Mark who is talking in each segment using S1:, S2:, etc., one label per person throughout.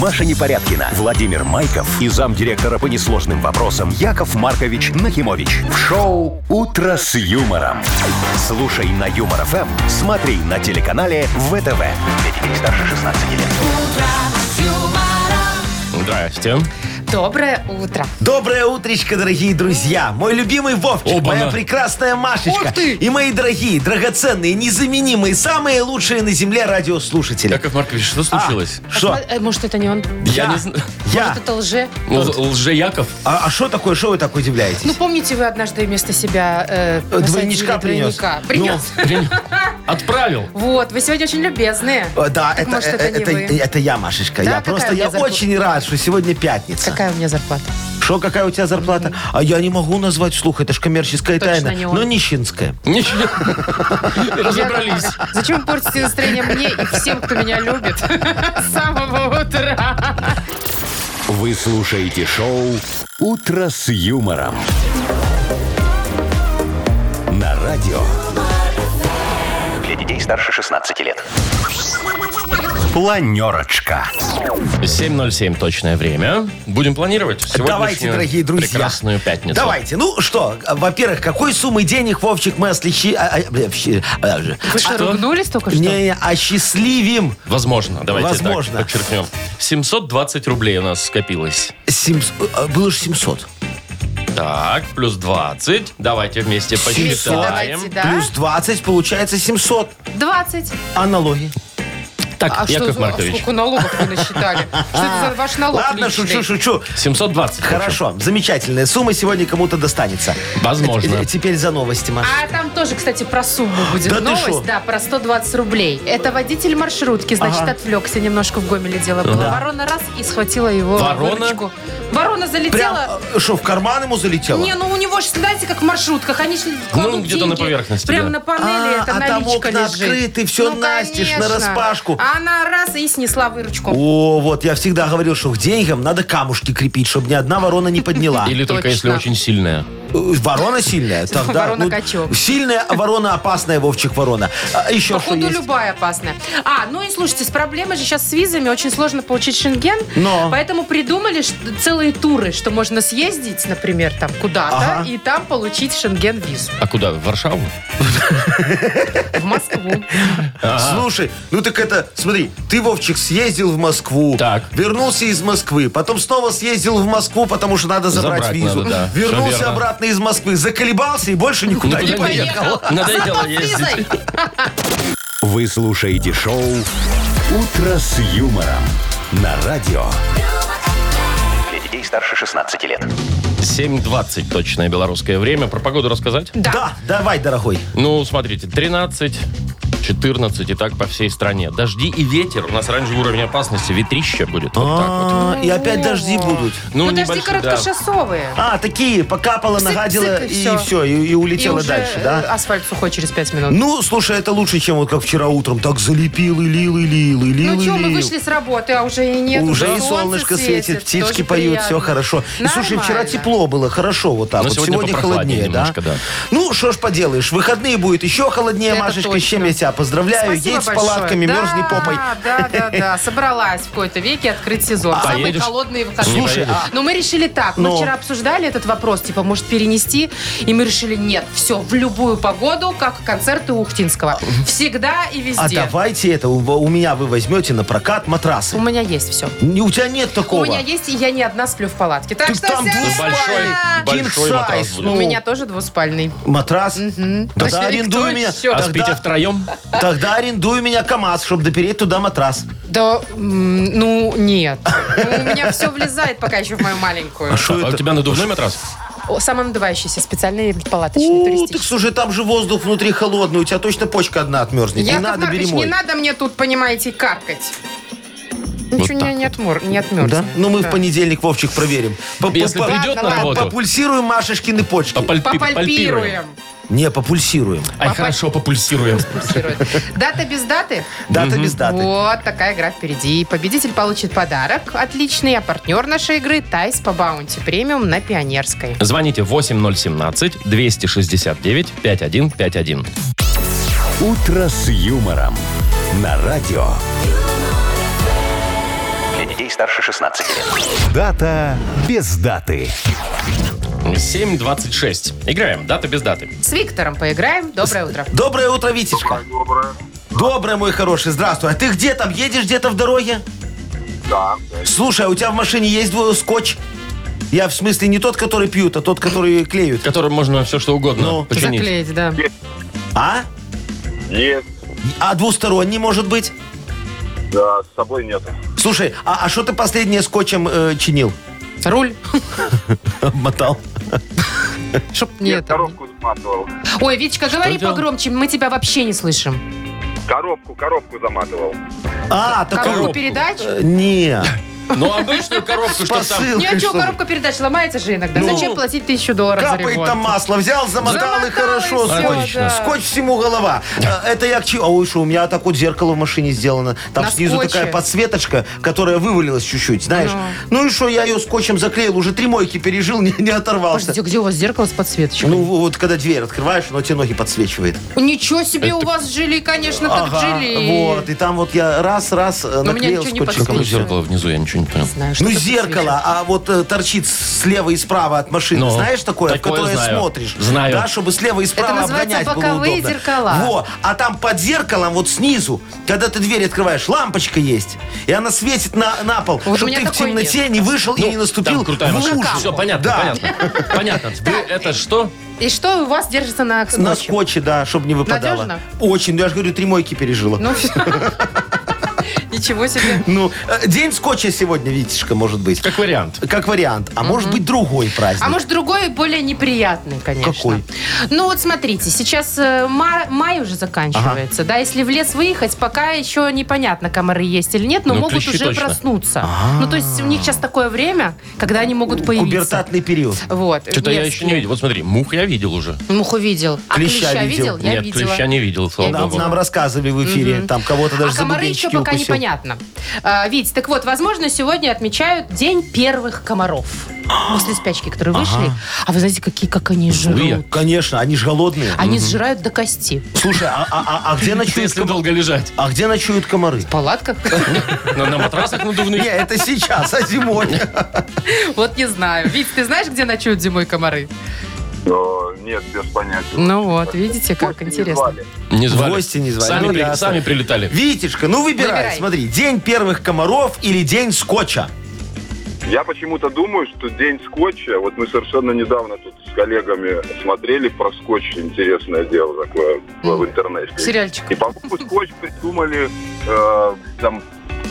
S1: Маша Непорядкина, Владимир Майков и замдиректора по несложным вопросам Яков Маркович Нахимович. В шоу «Утро с юмором». Слушай на Юмор ФМ, смотри на телеканале ВТВ. Для детей старше 16 лет.
S2: Здрасте.
S3: Доброе утро.
S4: Доброе утречко, дорогие друзья. Мой любимый Вовчик,
S2: Оба-на.
S4: моя прекрасная Машечка.
S2: Ух ты!
S4: И мои дорогие, драгоценные, незаменимые, самые лучшие на земле радиослушатели.
S2: Яков Маркович, что
S4: А,
S2: случилось?
S4: Что?
S3: Э, Может, это не он?
S2: Я не знаю.
S4: Я. Ну,
S3: Может, это лже?
S2: Лже Яков?
S4: А что такое? Что вы так
S3: Ну,
S4: удивляетесь?
S3: помните, вы однажды вместо себя э,
S4: Двойничка
S3: посадили двойника?
S4: принес. Ну.
S3: Принес.
S2: Блин, Отправил.
S3: Вот, вы сегодня очень любезные.
S4: Э, Да,
S3: Так,
S4: это,
S3: может, это
S4: э,
S3: не
S4: это,
S3: вы.
S4: это я, Машечка.
S3: Да,
S4: я
S3: какая
S4: просто
S3: у меня
S4: я
S3: зарплата?
S4: очень рад, что сегодня пятница.
S3: Какая у меня зарплата?
S4: Что, какая у тебя зарплата? А я не могу назвать вслух, это ж коммерческая
S3: Точно
S4: тайна,
S3: не он.
S4: но нищенская.
S2: Ничего. Разобрались.
S3: Яков, Зачем вы портите настроение мне и всем, кто меня любит? С самого утра.
S1: Вы слушаете шоу «Утро с юмором». На радио. Для детей старше 16 лет. Планерочка.
S2: 7.07 точное время. Будем планировать сегодняшнюю
S4: Давайте, дорогие друзья.
S2: прекрасную пятницу.
S4: Давайте. Ну что, во-первых, какой суммы денег, Вовчик, мы ослищи... а, а, бля, щи- а, же.
S3: Вы что,
S2: что?
S3: ругнулись только что?
S4: Не, не, осчастливим
S2: Возможно, давайте
S4: Возможно.
S2: так подчеркнем. 720 рублей у нас скопилось.
S4: Семс- э, Было же 700.
S2: Так, плюс 20. Давайте вместе
S3: Вместе
S2: посчитаем.
S3: давайте, да?
S4: Плюс 20, получается 700.
S3: 20.
S4: А налоги?
S2: Так,
S3: А что
S2: Яков
S3: за-
S2: Маркович,
S3: сколько налогов вы насчитали? Что это за ваш налог
S4: Ладно,
S3: личный?
S4: шучу, шучу.
S2: 720. в общем.
S4: Хорошо, замечательная сумма сегодня кому-то достанется.
S2: Возможно.
S4: Э, э, Теперь за новости, Маша.
S3: А там тоже, кстати, про сумму будет
S4: Да ты шо?
S3: новость, да, про 120 рублей. Это водитель маршрутки, значит,
S4: Ага.
S3: отвлекся немножко в Гомеле дело было. Ворона раз и схватила его
S2: Ворона?
S3: выручку. Ворона залетела.
S4: Прям, э, что, в карман ему залетело?
S3: Не, ну у него же, знаете, как в маршрутках, они же
S4: Ну,
S3: кладут
S2: где-то на
S3: деньги
S2: поверхности,
S3: Прям
S2: да.
S3: на панели,
S4: А,
S3: это
S4: а там
S3: наличка
S4: окна
S3: лежит. Ну,
S4: открыты, всё настежь,
S3: конечно.
S4: нараспашку.
S3: А она раз и снесла выручку.
S4: О, вот, я всегда говорил, что к деньгам надо камушки крепить, чтобы ни одна ворона не подняла.
S2: Или только
S3: Точно.
S2: если очень сильная.
S4: Э, Ворона сильная, тогда...
S3: Ворона
S4: ну,
S3: качок.
S4: Сильная а ворона опасная, Вовчик, ворона. А еще что
S3: Походу,
S4: есть?
S3: любая опасная. А, ну и слушайте, с проблемой же сейчас с визами очень сложно получить шенген.
S4: Но.
S3: Поэтому придумали ш- целые туры, что можно съездить, например, там куда-то
S4: Ага.
S3: и там получить шенген-визу.
S2: А куда? В Варшаву?
S3: В Москву. Ну,
S4: Слушай, ну так это, смотри, ты, Вовчик, съездил в Москву,
S2: Так.
S4: вернулся из Москвы, потом снова съездил в Москву, потому что надо забрать,
S2: Забрать
S4: визу.
S2: надо, да. Всё
S4: Вернулся
S2: верно.
S4: обратно из Москвы, заколебался и больше никуда не
S2: Никуда Ну, не
S4: поехал.
S3: поехал.
S2: Надоело
S3: Зато с
S2: ездить.
S3: визой.
S1: Вы слушаете шоу «Утро с юмором» на радио. Для детей старше 16 лет.
S2: 7.20 точное белорусское время. Про погоду рассказать?
S3: Да.
S4: Да, давай, дорогой.
S2: Ну, смотрите, 13, 14 и так по всей стране. Дожди и ветер. У нас оранжевый уровень опасности. Ветрище будет. Вот так вот.
S4: А, И опять дожди будут.
S3: Ну,
S2: небольшой,
S3: подожди,
S2: да.
S3: короткошоссовые.
S4: А, такие, покапала, нагадила,
S3: цик, и
S4: и
S3: всё.
S4: все, и и
S3: И
S4: улетела
S3: уже
S4: дальше, да?
S3: э, асфальт сухой через 5 минут.
S4: Ну, слушай, это лучше, чем вот как вчера утром. Так залепил и лил, и лил, и лил,
S3: Ну
S4: и
S3: что, мы
S4: лил.
S3: вышли с работы, а уже и нет.
S4: Уже и солнышко светит, птички
S3: тоже
S4: поют,
S3: приятно.
S4: все хорошо. И слушай, вчера
S3: Нормально.
S4: тепло было, хорошо вот так.
S2: Но
S4: вот
S2: сегодня
S4: сегодня
S2: попрохладнее
S4: холоднее, да?
S2: немножко, да.
S4: Ну, что ж поделаешь, выходные будет еще холоднее,
S3: Это
S4: Машечка, с чем
S3: точно.
S4: я тебя поздравляю.
S3: Спасибо
S4: Едь с
S3: большое.
S4: палатками,
S3: Да,
S4: мерзни попой.
S3: Да, да, да. Собралась в какой-то веке открыть сезон. Самые
S2: поедешь?
S3: холодные выходные.
S4: А, Слушай, Ну. а-
S3: Но мы решили так. Мы
S4: Но.
S3: вчера обсуждали этот вопрос, типа, может перенести? И мы решили, нет, все, в любую погоду, как концерты Ухтинского. Всегда и
S4: а
S3: везде.
S4: давайте это, у, у меня вы возьмете на прокат
S3: У
S4: матрасы.
S3: меня есть все.
S4: Не- У тебя нет
S3: У
S4: такого.
S3: меня есть, и я не одна сплю в палатке. Так
S4: Ты
S3: что
S4: там
S3: вся-
S4: двуспальный.
S2: Большой,
S4: King
S2: большой матрас
S4: size,
S2: будет.
S4: ну.
S3: У меня тоже двуспальный.
S4: Матрас?
S3: Вообще
S4: Тогда арендуй
S3: никто
S4: меня.
S3: еще.
S2: А
S3: Тогда-
S2: спите втроем?
S4: Тогда арендуй меня КАМАЗ, чтобы допереть туда матрас.
S3: Да, м, ну, нет. Ну, У меня все влезает пока еще в мою маленькую.
S4: Что
S2: А у
S4: это?
S2: тебя надувной матрас?
S3: О, Самонадувающийся, специальный палаточный,
S4: О, так
S3: туристический.
S4: слушай, там же воздух внутри холодный, у тебя точно почка одна отмерзнет. Ну, Не
S3: Яков
S4: надо,
S3: Маркович,
S4: бери мой.
S3: не надо мне тут, понимаете, каркать.
S2: Вот
S3: Ничего
S2: так
S3: не, не, отмор, не отмерз.
S4: Да? Ну, мы
S3: Да.
S4: в понедельник, Вовчик, проверим. По-
S2: Если
S4: по-
S2: придет на
S3: ладно,
S4: по-
S2: работу,
S4: Попульсируем Машечкины почки.
S2: попаль- пальпируем.
S3: Попальпируем.
S4: Не, попульсируем.
S2: Ай, хорошо, попульсируем.
S3: Пульсирует. Дата без даты?
S4: Дата без даты.
S3: Вот такая игра впереди. Победитель получит подарок. Отличный. А партнер нашей игры Тайс по баунти премиум на Пионерской.
S2: Звоните 8017-269-5151.
S1: «Утро с юмором» на радио. Для детей старше 16 лет. Дата без даты.
S2: 7.26. Играем. Дата без даты.
S3: С Виктором поиграем. Доброе утро.
S4: Доброе утро, Витечка.
S5: Доброе.
S4: Доброе, мой хороший, здравствуй. А ты где там? Едешь где-то в дороге?
S5: Да.
S4: Слушай, а у тебя в машине есть двое скотч? Я в смысле не тот, который пьют, а тот, который клеют.
S2: Которым можно все что угодно
S4: Ну,
S2: починить.
S3: Заклеить, да.
S4: А?
S5: Есть.
S4: А двусторонний может быть?
S5: Да, с собой нету.
S4: Слушай, а а что ты последнее скотчем э, чинил?
S3: Руль.
S4: Обмотал.
S3: Чтоб не
S5: Я
S3: это.
S5: коробку заматывал.
S3: Ой, Вичка, говори
S2: делал?
S3: погромче, мы тебя вообще не слышим.
S5: Коробку, коробку заматывал.
S4: А,
S3: Коробку
S4: такой...
S3: передач?
S4: Не.
S2: Ну, обычную коробку, что там...
S4: Посылкой,
S3: Ни о чем
S4: что ли?
S3: коробка передач ломается же иногда.
S4: Ну,
S3: Зачем платить тысячу долларов за
S4: Капает
S3: ремонт?
S4: там масло, взял, замотал
S3: Замотал,
S4: и хорошо.
S3: и всё,
S4: скотч,
S3: да.
S4: скотч всему голова. Э, Это я к чему? А, Ой, что, у меня так вот зеркало в машине сделано. Там
S3: На
S4: снизу
S3: скотче.
S4: такая подсветочка, которая вывалилась чуть-чуть, знаешь. Ну и что, я ее скотчем заклеил, уже три мойки пережил, не, не оторвался.
S3: Подождите, где у вас зеркало с подсветочкой?
S4: Ну вот, когда дверь открываешь, оно тебе ноги подсвечивает.
S3: Ничего себе у вас жили, конечно, так жили.
S4: Вот, и там вот я раз-раз э,
S3: меня
S4: наклеил
S3: ничего не
S4: скотчем.
S2: Какое
S3: подсвечивает.
S2: зеркало внизу, я ничего не понял.
S3: Знаю, что
S4: Ну,
S3: такое
S4: зеркало, а вот э, торчит слева и справа от машины.
S2: Ну,
S4: знаешь такое,
S2: такое
S4: в которое
S2: знаю.
S4: смотришь?
S2: Знаю.
S4: Да, чтобы слева и справа
S3: Это называется
S4: обгонять было
S3: боковые
S4: удобно.
S3: зеркала.
S4: Во, а там под зеркалом, вот снизу, когда ты дверь открываешь, лампочка есть. И она светит на, на пол,
S3: Вот у
S4: чтобы
S3: меня
S4: ты в
S3: такой
S4: темноте не вышел и не наступил
S2: Ну, Там крутая
S4: в
S2: машина.
S4: лужу.
S2: Все, понятно,
S4: Да.
S2: понятно. Понятно. Дверь- Это что?
S3: зеркало. И что у вас держится на
S4: На
S3: скотче?
S4: скотче, да, чтобы не выпадало.
S3: Надежно?
S4: Очень, ну, я же говорю, три мойки пережила.
S3: Ну, всё. Ничего себе.
S4: Ну, э, день скотча сегодня, Витишка, может быть.
S2: Как вариант.
S4: Как вариант. А может быть, другой праздник.
S3: А может, другой, более неприятный, конечно.
S4: Какой?
S3: Ну, вот смотрите, сейчас э, ма- май уже заканчивается, да, если в лес выехать, пока еще непонятно, комары есть или нет, но
S2: Ну,
S3: могут
S2: клещи
S3: уже
S2: точно.
S3: проснуться. Ну, то есть у них сейчас такое время, когда они могут появиться.
S4: Кубертатный период.
S3: Вот.
S2: Что-то я
S3: мерзкие.
S2: еще не видел. Вот смотри, мух я видел уже.
S3: Муху видел. А
S4: Клеща видел.
S3: Я
S2: Нет,
S3: видела.
S2: клеща не видел, слава
S3: Я
S4: Нам,
S2: богу.
S4: нам рассказывали в эфире. Там кого-то даже
S3: а
S4: за
S3: комары еще
S4: бубенчики
S3: пока
S4: укусил.
S3: непонятно. А, Вить, так вот, возможно, сегодня отмечают День первых комаров. После спячки, которые вышли. А вы знаете, какие, как они жрут?
S2: Злые.
S4: Конечно, они же голодные.
S3: Они сжирают до кости.
S4: Слушай, а, а- а- а где ночуют
S2: Если
S4: комары?
S2: долго лежать.
S4: А где ночуют комары?
S3: В палатках?
S2: На на матрасах надувных.
S4: Не, это сейчас, а зимой.
S3: Вот не знаю. Вить, ты знаешь, где ночуют зимой комары?
S5: Но нет, без понятия.
S3: Ну вот, видите, как
S5: Гости не
S3: интересно.
S5: звали.
S2: Не звали.
S4: Гости не звали.
S2: Сами,
S4: Ну,
S2: при-
S4: ясно.
S2: сами прилетали.
S4: Витечка, ну выбирай,
S3: Выбирай.
S4: смотри, день первых комаров или день скотча.
S5: Я почему-то думаю, что день скотча, вот мы совершенно недавно тут с коллегами смотрели про скотч, интересное дело такое было в интернете.
S3: Сериальчик.
S5: И, по-моему, скотч придумали э, там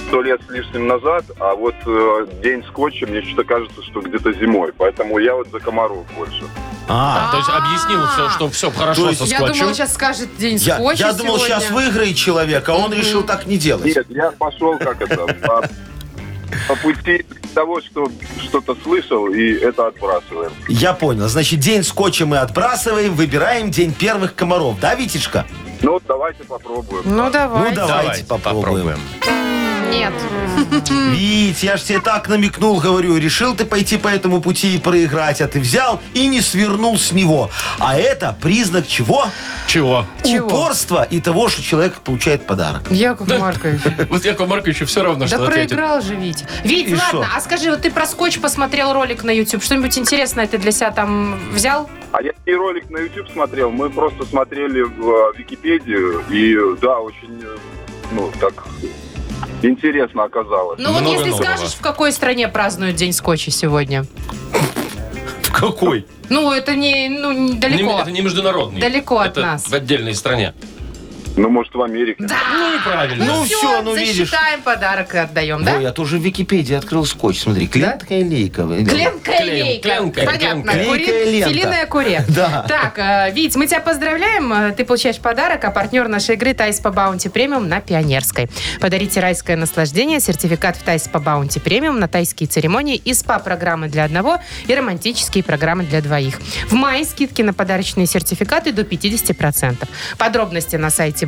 S5: сто лет с лишним назад, а вот э, день скотча, мне что-то кажется, что где-то зимой. Поэтому я вот за комаров больше.
S4: А,
S2: То есть объяснил все, что все хорошо
S4: То
S2: со
S4: есть
S3: Я думала,
S2: скотчем.
S3: сейчас скажет День
S4: я,
S3: скотча
S4: я думал,
S3: сегодня.
S4: сейчас выиграет человек, а он решил так не делать.
S5: Нет, я пошел, как это, по, по пути того, что что-то слышал, и это отбрасываем.
S4: Я понял. Значит, день скотча мы отбрасываем, выбираем день первых комаров. Да, Витечка?
S5: Ну, давайте попробуем.
S3: Ну давай.
S4: Ну, давайте попробуем.
S3: Нет.
S4: Вить, я ж тебе так намекнул, говорю, решил ты пойти по этому пути и проиграть, а ты взял и не свернул с него. А это признак чего?
S2: Чего?
S3: Чего?
S4: Упорства и того, что человек получает подарок.
S3: Яков Маркович.
S2: Вот Яков Марковичу все равно,
S3: Да
S2: что ответит.
S3: проиграл же Вить. Вить,
S4: И
S3: ладно,
S4: шо?
S3: а скажи, вот ты про скотч посмотрел ролик на YouTube. Что-нибудь интересное ты для себя там взял?
S5: А я и ролик на YouTube смотрел, мы просто смотрели в э, Википедию, и да, очень, э, ну, так интересно оказалось.
S3: Ну вот
S2: Много
S3: если
S2: нового.
S3: скажешь, в какой стране празднуют День скотча сегодня?
S4: В какой?
S3: Ну, это не, ну, не
S2: Не-
S3: далеко.
S2: это не международный.
S3: Далеко от
S2: Это
S3: нас.
S2: в отдельной стране.
S5: Ну, может, в Америке.
S2: Ну и правильно.
S4: Ну,
S3: всё,
S4: всё, ну,
S3: засчитаем подарок и отдаем, да?
S4: Ой, я тоже в Википедии открыл скотч. Смотри, клетка и лейка.
S3: Кленка и
S2: Клен-
S3: лейка.
S2: кленка,
S3: Понятно.
S2: кленка.
S3: Кури-
S4: Лейка и лента.
S3: Филиная куре.
S4: Да.
S3: Так, э, Вить, мы тебя поздравляем. Э, Ты получаешь подарок, а партнер нашей игры Тайс по Баунти Премиум на Пионерской. Подарите райское наслаждение, сертификат в Тайс по Баунти Премиум на тайские церемонии и СПА-программы для одного и романтические программы для двоих. В мае скидки на подарочные сертификаты до 50%. Подробности на сайте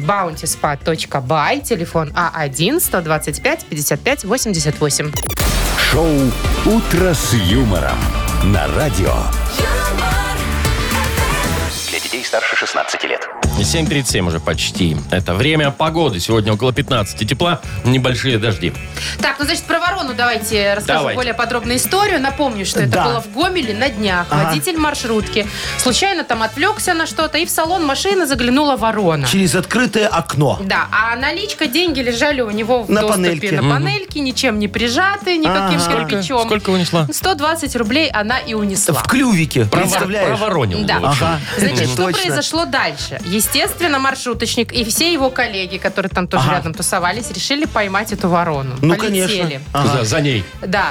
S3: bountyspa.by, телефон А А1 125 55 88.
S1: Шоу «Утро с юмором» на радио.
S6: юмор,
S7: Для детей
S6: детей старше 16 лет.
S2: 7.37 уже почти. Это время погоды. Сегодня около 15 тепла, небольшие дожди.
S3: Так, ну значит, про ворону давайте расскажу
S2: Давайте.
S3: более подробную историю. Напомню, что это
S4: Да.
S3: было в Гомеле на днях.
S4: Ага.
S3: Водитель маршрутки случайно там отвлекся на что-то, и в салон машины заглянула ворона.
S4: Через открытое окно.
S3: Да, а наличка, деньги лежали у него в
S4: На
S3: доступе
S4: панельке. А,
S3: на
S4: Мгм.
S3: панельке, ничем не прижаты, никаким
S4: Ага.
S3: кирпичом.
S2: Сколько унесла?
S3: 120 рублей она и унесла.
S4: В клювике, представляешь?
S2: Проворонил.
S3: Да.
S2: в общем.
S4: Ага.
S3: Значит,
S4: Ну,
S3: что
S4: точно.
S3: произошло дальше? Естественно, маршруточник и все его коллеги, которые там тоже
S4: Ага.
S3: рядом тусовались, решили поймать эту ворону.
S4: Ну,
S3: Полетели.
S4: конечно. Ага.
S2: За, за ней.
S3: Да.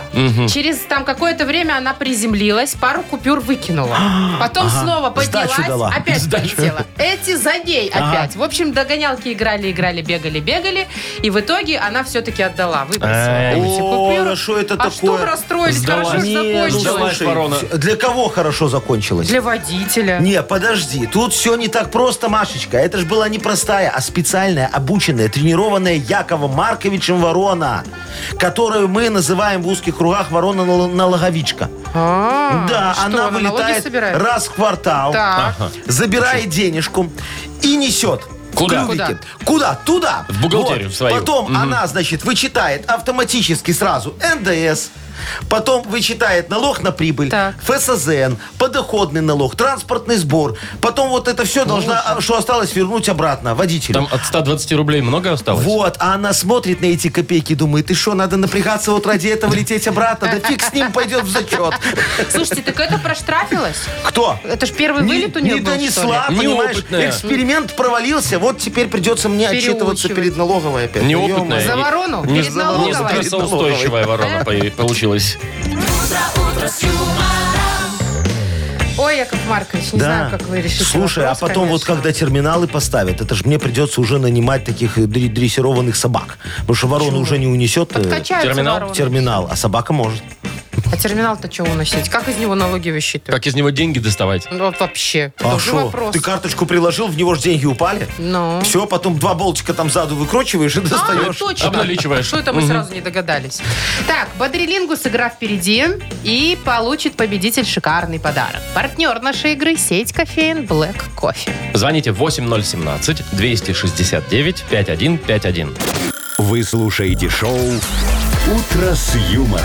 S3: Через там какое-то время она приземлилась, пару купюр выкинула. Потом снова поднялась,
S4: А, Сдачу дала.
S3: опять
S2: Сдачу.
S3: полетела. Эти за ней опять. В общем, догонялки играли, играли, бегали, бегали. И в итоге она все-таки отдала. Выбросила
S2: Ай.
S3: эти
S4: О,
S3: купюры.
S4: ну что это
S3: А что
S4: такое?
S3: вы расстроились?
S2: Сдалась.
S3: Хорошо,
S4: Не,
S3: что
S4: ну,
S2: сдалась.
S3: закончилось.
S4: слушай,
S2: ворона.
S4: Для кого хорошо закончилось?
S3: Для водителя.
S4: Не, подожди, тут все не так просто, Машечка. Это же была не простая, а специальная, обученная, тренированная Яковом Марковичем ворона, которую мы называем в узких кругах ворона нал- налоговичка.
S3: А,
S4: да,
S3: что,
S4: она
S3: налоги
S4: вылетает
S3: собирает?
S4: раз в квартал,
S3: Так.
S4: забирает денежку и несет.
S2: Куда?
S4: В клювике. Куда? Туда.
S2: В бухгалтерию
S4: Вот.
S2: свою.
S4: Потом
S2: Мгм.
S4: она, значит, вычитает автоматически сразу НДС, потом вычитает налог на прибыль,
S3: Так.
S4: ФСЗН, подоходный налог, транспортный сбор. Потом вот это все должна, а, что осталось, вернуть обратно водителю.
S2: Там от 120 рублей много осталось?
S4: Вот, а она смотрит на эти копейки и думает, и что, надо напрягаться вот ради этого лететь обратно? Да фиг с ним пойдет в зачет.
S3: Слушайте, так это проштрафилась?
S4: Кто?
S3: Это же первый вылет у
S4: не,
S3: нее
S4: не
S3: был,
S4: донесла,
S3: что
S2: ли?
S4: понимаешь?
S2: Неопытная.
S4: Эксперимент провалился, вот теперь придется мне отчитываться
S3: Переучивать.
S4: перед налоговой опять.
S2: Неопытная.
S3: За ворonu?
S2: Не,
S3: Перед
S2: не
S3: налоговой?
S2: стрессоустойчивая ворона по- получилась.
S3: ли? Ой, Яков Маркович, не
S4: Да.
S3: знаю, как вы решите
S4: Слушай,
S3: вопрос,
S4: а потом вот
S3: конечно.
S4: когда терминалы поставят, это же мне придется уже нанимать таких э, дре- дрессированных собак. Потому что ворона уже не унесет э,
S3: Подкачаются
S2: терминал?
S3: вороны.
S4: терминал, а собака может.
S3: А терминал-то чего уносить? Как из него налоги высчитывать?
S2: Как из него деньги доставать?
S3: Ну, вот вообще.
S4: А
S3: тоже
S4: что?
S3: вопрос.
S4: Ты карточку приложил, в него же деньги упали.
S3: Ну.
S4: Все, потом два болтика там заду выкручиваешь и
S3: А,
S4: достаешь.
S3: точно.
S2: Обналичиваешь.
S3: Что это мы сразу не догадались. Так, Бодрилингус игра впереди. И получит победитель шикарный подарок. Партнер нашей игры – сеть кофеин Black Кофе.
S2: Звоните 8017-269-5151.
S1: Вы слушаете шоу «Утро с юмором»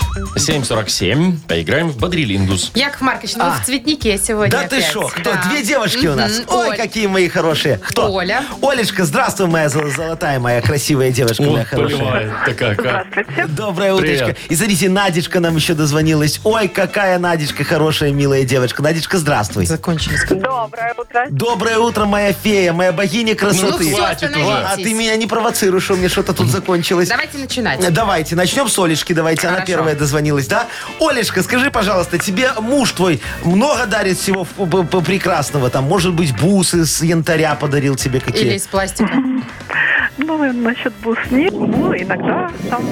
S2: 747. Поиграем в Бодрилингус.
S3: Яков Маркович, ну вы
S4: А.
S3: в цветнике сегодня
S4: Да ты
S3: опять.
S4: шо? Кто?
S3: Да.
S4: Две девочки у нас.
S3: Мгм.
S4: Ой,
S3: Оль,
S4: какие мои хорошие. Кто?
S3: Оля.
S4: Олечка, здравствуй, моя зол- золотая, моя красивая девочка, моя
S2: Вот
S4: хорошая.
S2: поливает такая. как.
S4: Доброе
S2: Привет.
S4: утречко. И смотрите, Надечка нам еще дозвонилась. Ой, какая Надечка хорошая, милая девочка. Надечка, здравствуй.
S3: Закончились.
S7: Доброе утро.
S4: Доброе утро, моя фея, моя богиня
S3: Ну
S4: красоты.
S3: все,
S2: хватит уже.
S4: а ты
S3: остановитесь.
S4: меня не провоцируешь, у меня что-то тут закончилось.
S3: Давайте начинать.
S4: Давайте, начнем с Олечки, давайте. Она
S3: Хорошо.
S4: первая дозвонилась, да? Олечка, скажи, пожалуйста, тебе муж твой много дарит всего ф- п- п- прекрасного? Там, может быть, бусы с янтаря подарил тебе какие?
S3: Или из пластика.
S7: Ну, насчет бус нет. Ну, иногда там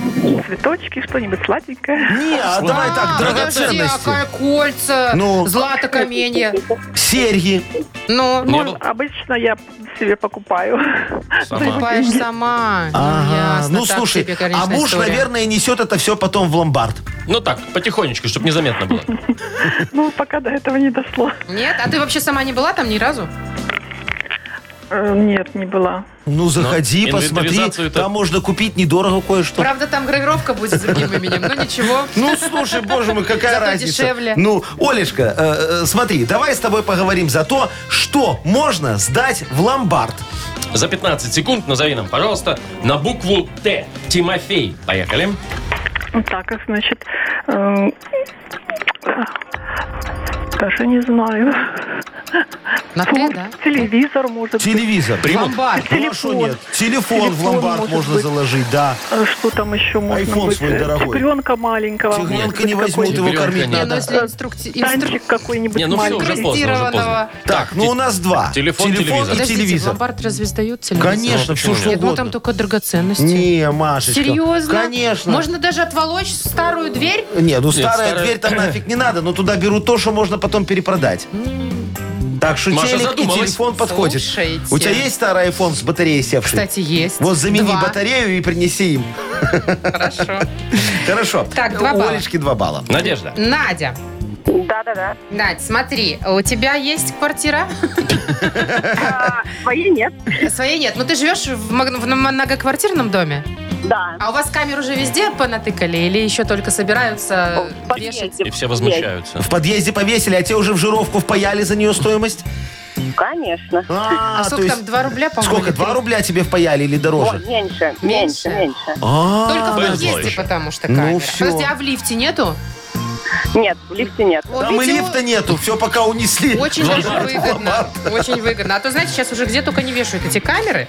S7: цветочки, что-нибудь сладенькое.
S4: Не, а давай так,
S3: Подожди, а
S4: драгоценности.
S3: какая кольца,
S4: Ну.
S3: злато каменья.
S4: Серьги.
S3: Ну,
S2: Не
S7: Ну,
S2: было?
S7: обычно я себе покупаю.
S2: Сама.
S3: покупаешь сама. Ну,
S4: Ага.
S3: ясно,
S4: Ну,
S3: так
S4: слушай,
S3: себе, конечно,
S4: а муж,
S3: история.
S4: наверное, несет это все потом в ломбард.
S2: Ну так, потихонечку, чтобы незаметно было.
S7: Ну, пока до этого не дошло.
S3: Нет? А ты вообще сама не была там ни разу?
S7: Э, Нет, не была.
S4: Ну, заходи,
S2: Ну,
S4: посмотри.
S2: инвентаризацию-то-
S4: Там можно купить недорого кое-что.
S3: Правда, там гравировка будет с другим именем, но ничего.
S4: Ну, слушай, боже мой, какая
S3: Зато
S4: разница.
S3: дешевле.
S4: Ну, Олешка, э, э, смотри, давай с тобой поговорим за то, что можно сдать в ломбард.
S2: За 15 секунд назови нам, пожалуйста, на букву Т. Тимофей. Поехали.
S7: Так, а значит... эм, Даже не знаю.
S3: На «Т», да?
S7: Телевизор, может быть.
S4: Телевизор.
S3: Ломбард.
S4: Ну, а шо
S7: Телефон.
S4: нет? Телефон, в
S7: Телефон
S4: ломбард
S7: может
S4: можно
S7: быть.
S4: заложить, да.
S7: Э, Что там еще можно
S4: Айфон
S7: быть?
S4: свой
S7: Э,
S4: дорогой.
S7: Тигренка маленького. может
S4: Тигренка
S7: быть,
S4: не возьмут, его
S7: какой-нибудь.
S2: Тигренка
S4: кормить
S2: не
S3: Не, ну
S4: надо.
S3: если инструкти-
S7: Танчик
S3: инстру-
S7: какой-нибудь
S2: Не, ну все,
S7: маленький.
S2: уже поздно, уже поздно.
S3: Инкрустированного.
S4: Так, ну у нас два.
S2: телефон, телевизор.
S4: и
S3: Подождите,
S4: телевизор.
S3: в ломбард разве сдают телевизор?
S4: Конечно, все
S2: Ну,
S4: что
S3: Я думала, там
S4: угодно.
S3: только драгоценности.
S4: Не, Машечка.
S3: Серьезно?
S4: Конечно.
S3: Можно даже отволочь старую дверь?
S4: Не, ну старая
S2: старая-
S4: дверь там нафиг не надо, но туда берут то, что можно потом перепродать. Так что
S2: Маша
S4: телек и
S2: задумалась.
S4: телефон подходит.
S3: Слушайте.
S4: У тебя есть старый iPhone с батареей севший?
S3: Кстати, есть.
S4: Вот замени
S3: Два.
S4: батарею и принеси им.
S3: Хорошо.
S4: Хорошо.
S3: Так, два
S4: У
S3: балла.
S4: Олечки два балла.
S2: Надежда.
S3: Надя,
S7: Да-да-да.
S3: Надь, смотри, у тебя есть квартира?
S7: Своей нет.
S3: Своей нет. Но ты живешь в маг- в многоквартирном доме?
S7: Да.
S3: А у вас камер уже везде понатыкали или еще только собираются вешать?
S2: И все возмущаются.
S4: В подъезде повесили, а те уже в жировку впаяли за нее стоимость?
S7: Конечно.
S4: А,
S3: А
S4: то
S3: сколько
S4: есть-
S3: там, 2 рубля, по-моему?
S4: Сколько,
S3: или три?
S4: 2 рубля тебе впаяли или дороже?
S7: меньше,
S3: меньше,
S7: меньше.
S4: А,
S3: Только в
S2: повезло
S3: подъезде,
S2: еще.
S3: потому что
S4: Ну,
S3: камера.
S4: всё.
S3: Подожди, а в лифте нету?
S7: Нет, в лифте нет.
S3: О,
S4: Там и
S3: видимо,
S4: лифта нету, все пока унесли.
S3: Очень даже выгодно. Очень выгодно. А то, знаете, сейчас уже где только не вешают эти камеры.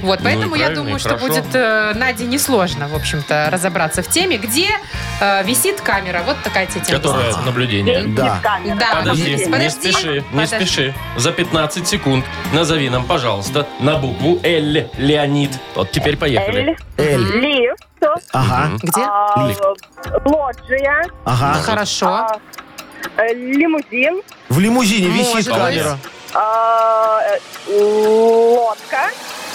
S3: Вот,
S2: Ну и
S3: поэтому я
S2: правильно,
S3: думаю,
S2: и
S3: что
S2: хорошо.
S3: будет э, Наде несложно, в общем-то, разобраться в теме, где э, висит камера. Вот такая тебе тема.
S2: Которое наблюдение.
S4: Да.
S3: Да,
S2: Подожди,
S3: есть.
S2: не
S3: Подожди,
S2: спеши, не
S3: подожди.
S2: спеши. За 15 секунд назови нам, пожалуйста, на букву Л. Леонид. Вот теперь поехали.
S4: Эль.
S7: Лифт, А,
S4: Ага,
S3: Где?
S7: лоджия,
S3: Ну,
S4: ага.
S3: Хорошо.
S7: Э, лимузин, а,
S4: В лимузине
S3: Может
S4: висит
S3: быть.
S4: камера.
S7: э, лодка.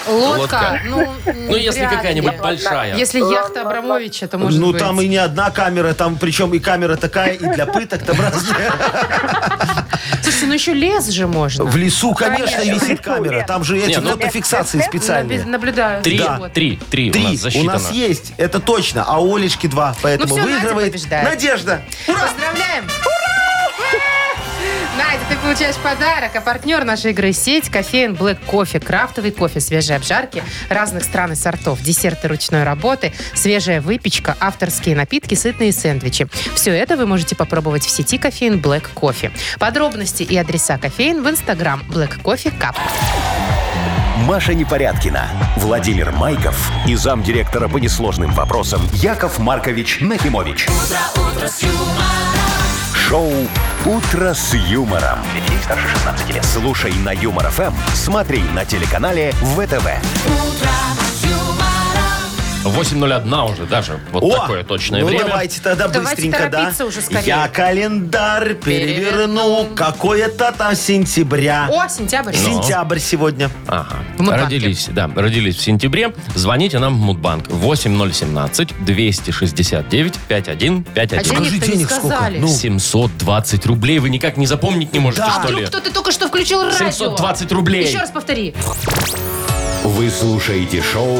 S2: Лодка.
S3: Лодка. Ну,
S2: Ну, если
S3: вряд ли.
S2: какая-нибудь большая.
S3: Если яхта Абрамовича, то может
S4: Ну,
S3: быть.
S4: там и не одна камера, там причем и камера такая, и для пыток там разные.
S3: Слушайте, ну еще лес же можно.
S4: В лесу, конечно,
S7: Конечно, в
S4: висит
S7: лесу,
S4: камера.
S7: Лен.
S4: там же эти
S2: Не, ну-
S4: фотофиксации
S3: Наблю-
S4: специальные.
S3: Наблюдаю.
S2: Три,
S4: Да.
S2: три, три, у нас
S4: Три у
S2: засчитано.
S4: нас есть, это точно, а у Олечки два,
S3: Ну,
S4: поэтому
S3: всё, Надя
S4: выигрывает
S3: побеждает.
S4: Надежда.
S3: Поздравляем! Надя, ты получаешь подарок, а партнер нашей игры – сеть кофеин Black Кофе. Крафтовый кофе свежей обжарки разных стран и сортов, десерты ручной работы, свежая выпечка, авторские напитки, сытные сэндвичи. Все это вы можете попробовать в сети кофеин Black Кофе. Подробности и адреса кофеин в инстаграм Black Кофе Cup.
S1: Маша Непорядкина, Владимир Майков и замдиректора по несложным вопросам Яков Маркович Нахимович. Шоу Утро с юмором. Для детей старше 16 лет. Слушай на юмор ФМ, смотри на телеканале ВТВ.
S2: 8.01 уже даже. Вот
S4: О,
S2: такое точное
S4: ну
S2: время.
S4: давайте тогда
S3: Давайте
S4: быстренько, да?
S3: торопиться уже скорее.
S4: Я календарь переверну,
S3: Переверну.
S4: какое-то там сентября.
S3: О,
S2: Ну.
S3: сентябрь.
S4: Сентябрь сегодня.
S2: Ага.
S3: В Мудбанке.
S2: Родились, да, родились в сентябре. Звоните нам в Мудбанк 8017 269 5151.
S3: А Денег-то
S4: Скажи,
S3: не
S4: денег сколько?
S3: сказали.
S4: Ну.
S2: 720 рублей. Вы никак не запомнить не можете,
S4: Да.
S3: А
S2: что ли?
S3: вдруг кто-то только что включил радио?
S2: 720 рублей.
S3: Еще раз повтори.
S1: Вы слушаете шоу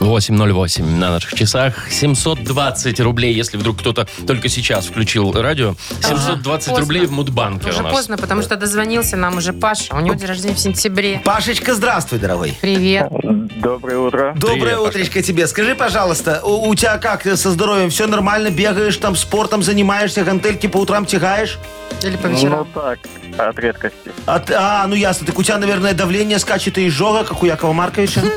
S2: 8.08 на наших часах. 720 рублей, если вдруг кто-то только сейчас включил радио. 720
S3: Поздно.
S2: рублей в Мудбанке
S3: Уже
S2: у нас.
S3: поздно, потому что дозвонился нам уже Паша. У него день рождения в сентябре.
S4: Пашечка, здравствуй, дорогой.
S3: Привет.
S5: Доброе утро.
S4: Доброе
S2: Привет, Пашка.
S4: утречко тебе. Скажи, пожалуйста, у, у тебя как со здоровьем? Все нормально? Бегаешь там, спортом занимаешься, гантельки по утрам тягаешь?
S3: Или по вечерам.
S4: Ну,
S5: так, от редкости.
S4: А, ты- а, ну ясно. Так у тебя, наверное, давление скачет и изжога, как у Якова Марковича?
S2: Хм.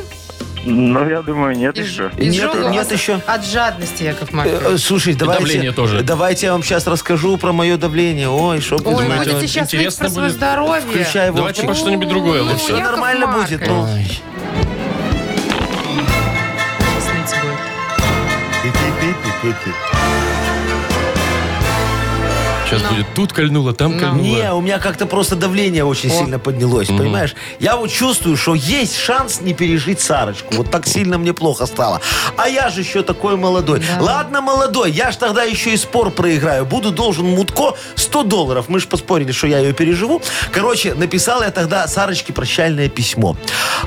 S5: Но я думаю, нет
S3: Из-
S4: Нет,
S3: изжога у вас
S4: нет еще.
S3: От жадности, Яков
S4: Э,
S3: Маркович.
S4: э, Слушай, давайте,
S2: давление тоже.
S4: давайте я вам сейчас расскажу про мое давление. Ой, что
S3: Ой, ну,
S2: думаете, вот
S3: будете сейчас ныть
S2: интересно
S3: про свое
S2: будет?
S3: здоровье.
S4: Включай его.
S2: Давайте про что-нибудь другое
S3: Ну,
S2: лучше.
S4: Все
S3: Яков
S4: нормально будет. ну.
S2: Ой.
S3: Сейчас ныть будет.
S2: Сейчас будет тут кольнуло,
S3: Ну.
S2: там кольнуло.
S4: Не, у меня как-то просто давление очень сильно поднялось, понимаешь? Я вот чувствую, что есть шанс не пережить Сарочку. Вот так сильно мне плохо стало. А я же еще такой молодой. Ладно, молодой, я ж тогда еще и спор проиграю. Буду должен Мутко 100 долларов. Мы же поспорили, что я ее переживу. Короче, написал я тогда Сарочке прощальное письмо.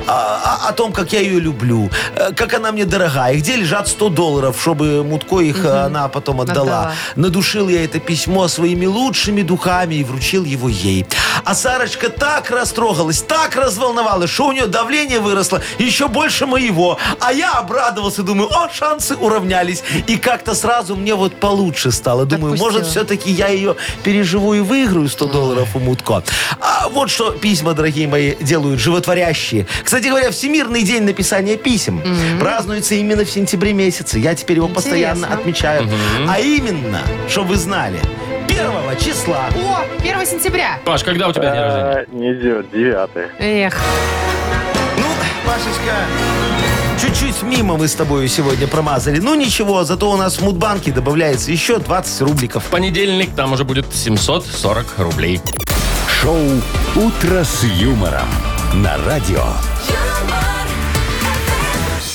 S4: А- а- о том, как я ее люблю, э, как она мне дорога, и где лежат 100 долларов, чтобы Мутко их э, она потом
S3: Отдала.
S4: отдала. Надушил я это письмо своими лучшими духами и вручил его ей. А Сарочка так растрогалась, так разволновалась, что у нее давление выросло еще больше моего. А я обрадовался, думаю, о, шансы уравнялись. И как-то сразу мне вот получше стало. Думаю,
S3: Отпустила.
S4: может, все-таки я ее переживу и выиграю 100 долларов у Мутко. А вот что письма, дорогие мои, делают животворящие. Кстати говоря, Всемирный день написания писем празднуется именно в сентябре месяце. Я теперь его постоянно
S3: Интересно.
S4: отмечаю. А именно, чтобы вы знали, 1 первого числа.
S3: О, 1 сентября.
S2: Паш, когда у тебя день
S4: Э.
S2: рождения?
S5: Неделя, девятая.
S3: Эх,
S4: Ну, Машечка, чуть-чуть мимо мы с тобой сегодня промазали. Ну ничего, зато у нас в Мудбанке добавляется еще 20 рубликов.
S2: В понедельник там уже будет 740 рублей.
S1: Шоу «Утро с юмором» на радио.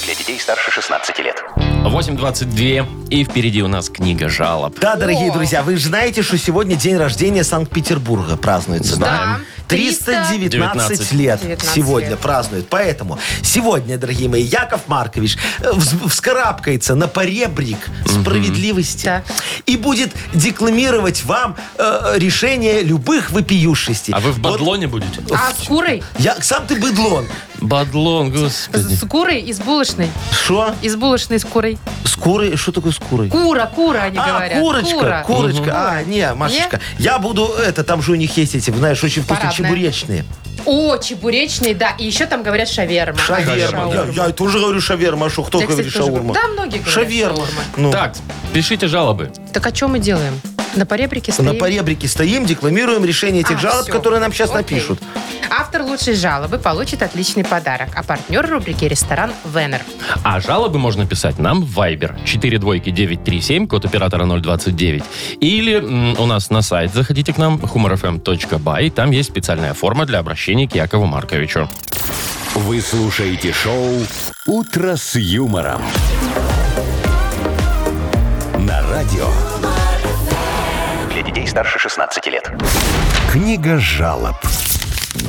S6: Для детей старше 16 лет.
S2: 8.22. И впереди у нас книга жалоб.
S4: Да, дорогие друзья, вы же знаете, что сегодня день рождения Санкт-Петербурга празднуется.
S3: да.
S4: 319
S2: 19
S4: лет
S3: 19
S4: сегодня
S3: лет.
S4: празднует. Поэтому сегодня, дорогие мои, Яков Маркович э, вз- вскарабкается на поребрик справедливости
S3: Так.
S4: и будет декламировать вам э, решение любых вопиюшестей.
S2: А вы в
S4: Вот
S2: бадлоне будете?
S3: а с курой?
S4: я, сам ты быдлон.
S2: Бадлон, господи.
S3: С курой и с булочной.
S4: Что?
S3: И с булочной с курой.
S4: С курой? Что такое с курой?
S3: Кура, кура, они
S4: а,
S3: говорят.
S4: курочка,
S3: Кура.
S4: курочка. А, не, Машечка, я буду, это, там же у них есть эти, знаешь, очень вкусные
S3: Парадная.
S4: чебуречные.
S3: О, чебуречный, да. И еще там говорят шаверма. а не
S4: Шаверма.
S3: шаурма.
S4: Я, я тоже говорю шаверма, а что, кто
S3: Я, кстати,
S4: говорит
S3: тоже говорю.
S4: шаурма?
S3: Да, многие говорят
S4: Шаверма.
S3: шаурма.
S4: Ну,
S2: Так, пишите жалобы.
S3: Так о чем мы делаем? На поребрике
S4: на
S3: стоим?
S4: поребрике стоим, декламируем решение тех
S3: А,
S4: жалоб,
S3: всё.
S4: которые нам сейчас
S3: Окей.
S4: напишут.
S3: Автор лучшей жалобы получит отличный подарок. А партнер рубрики «Ресторан Венер».
S2: А жалобы можно писать нам в Viber 42937, код оператора 029. Или м, у нас на сайт заходите к нам, humorfm.by. Там есть специальная форма для обращения к Якову Марковичу.
S1: Вы слушаете шоу «Утро с юмором» на радио.
S6: Для детей старше 16 лет.
S1: Книга жалоб.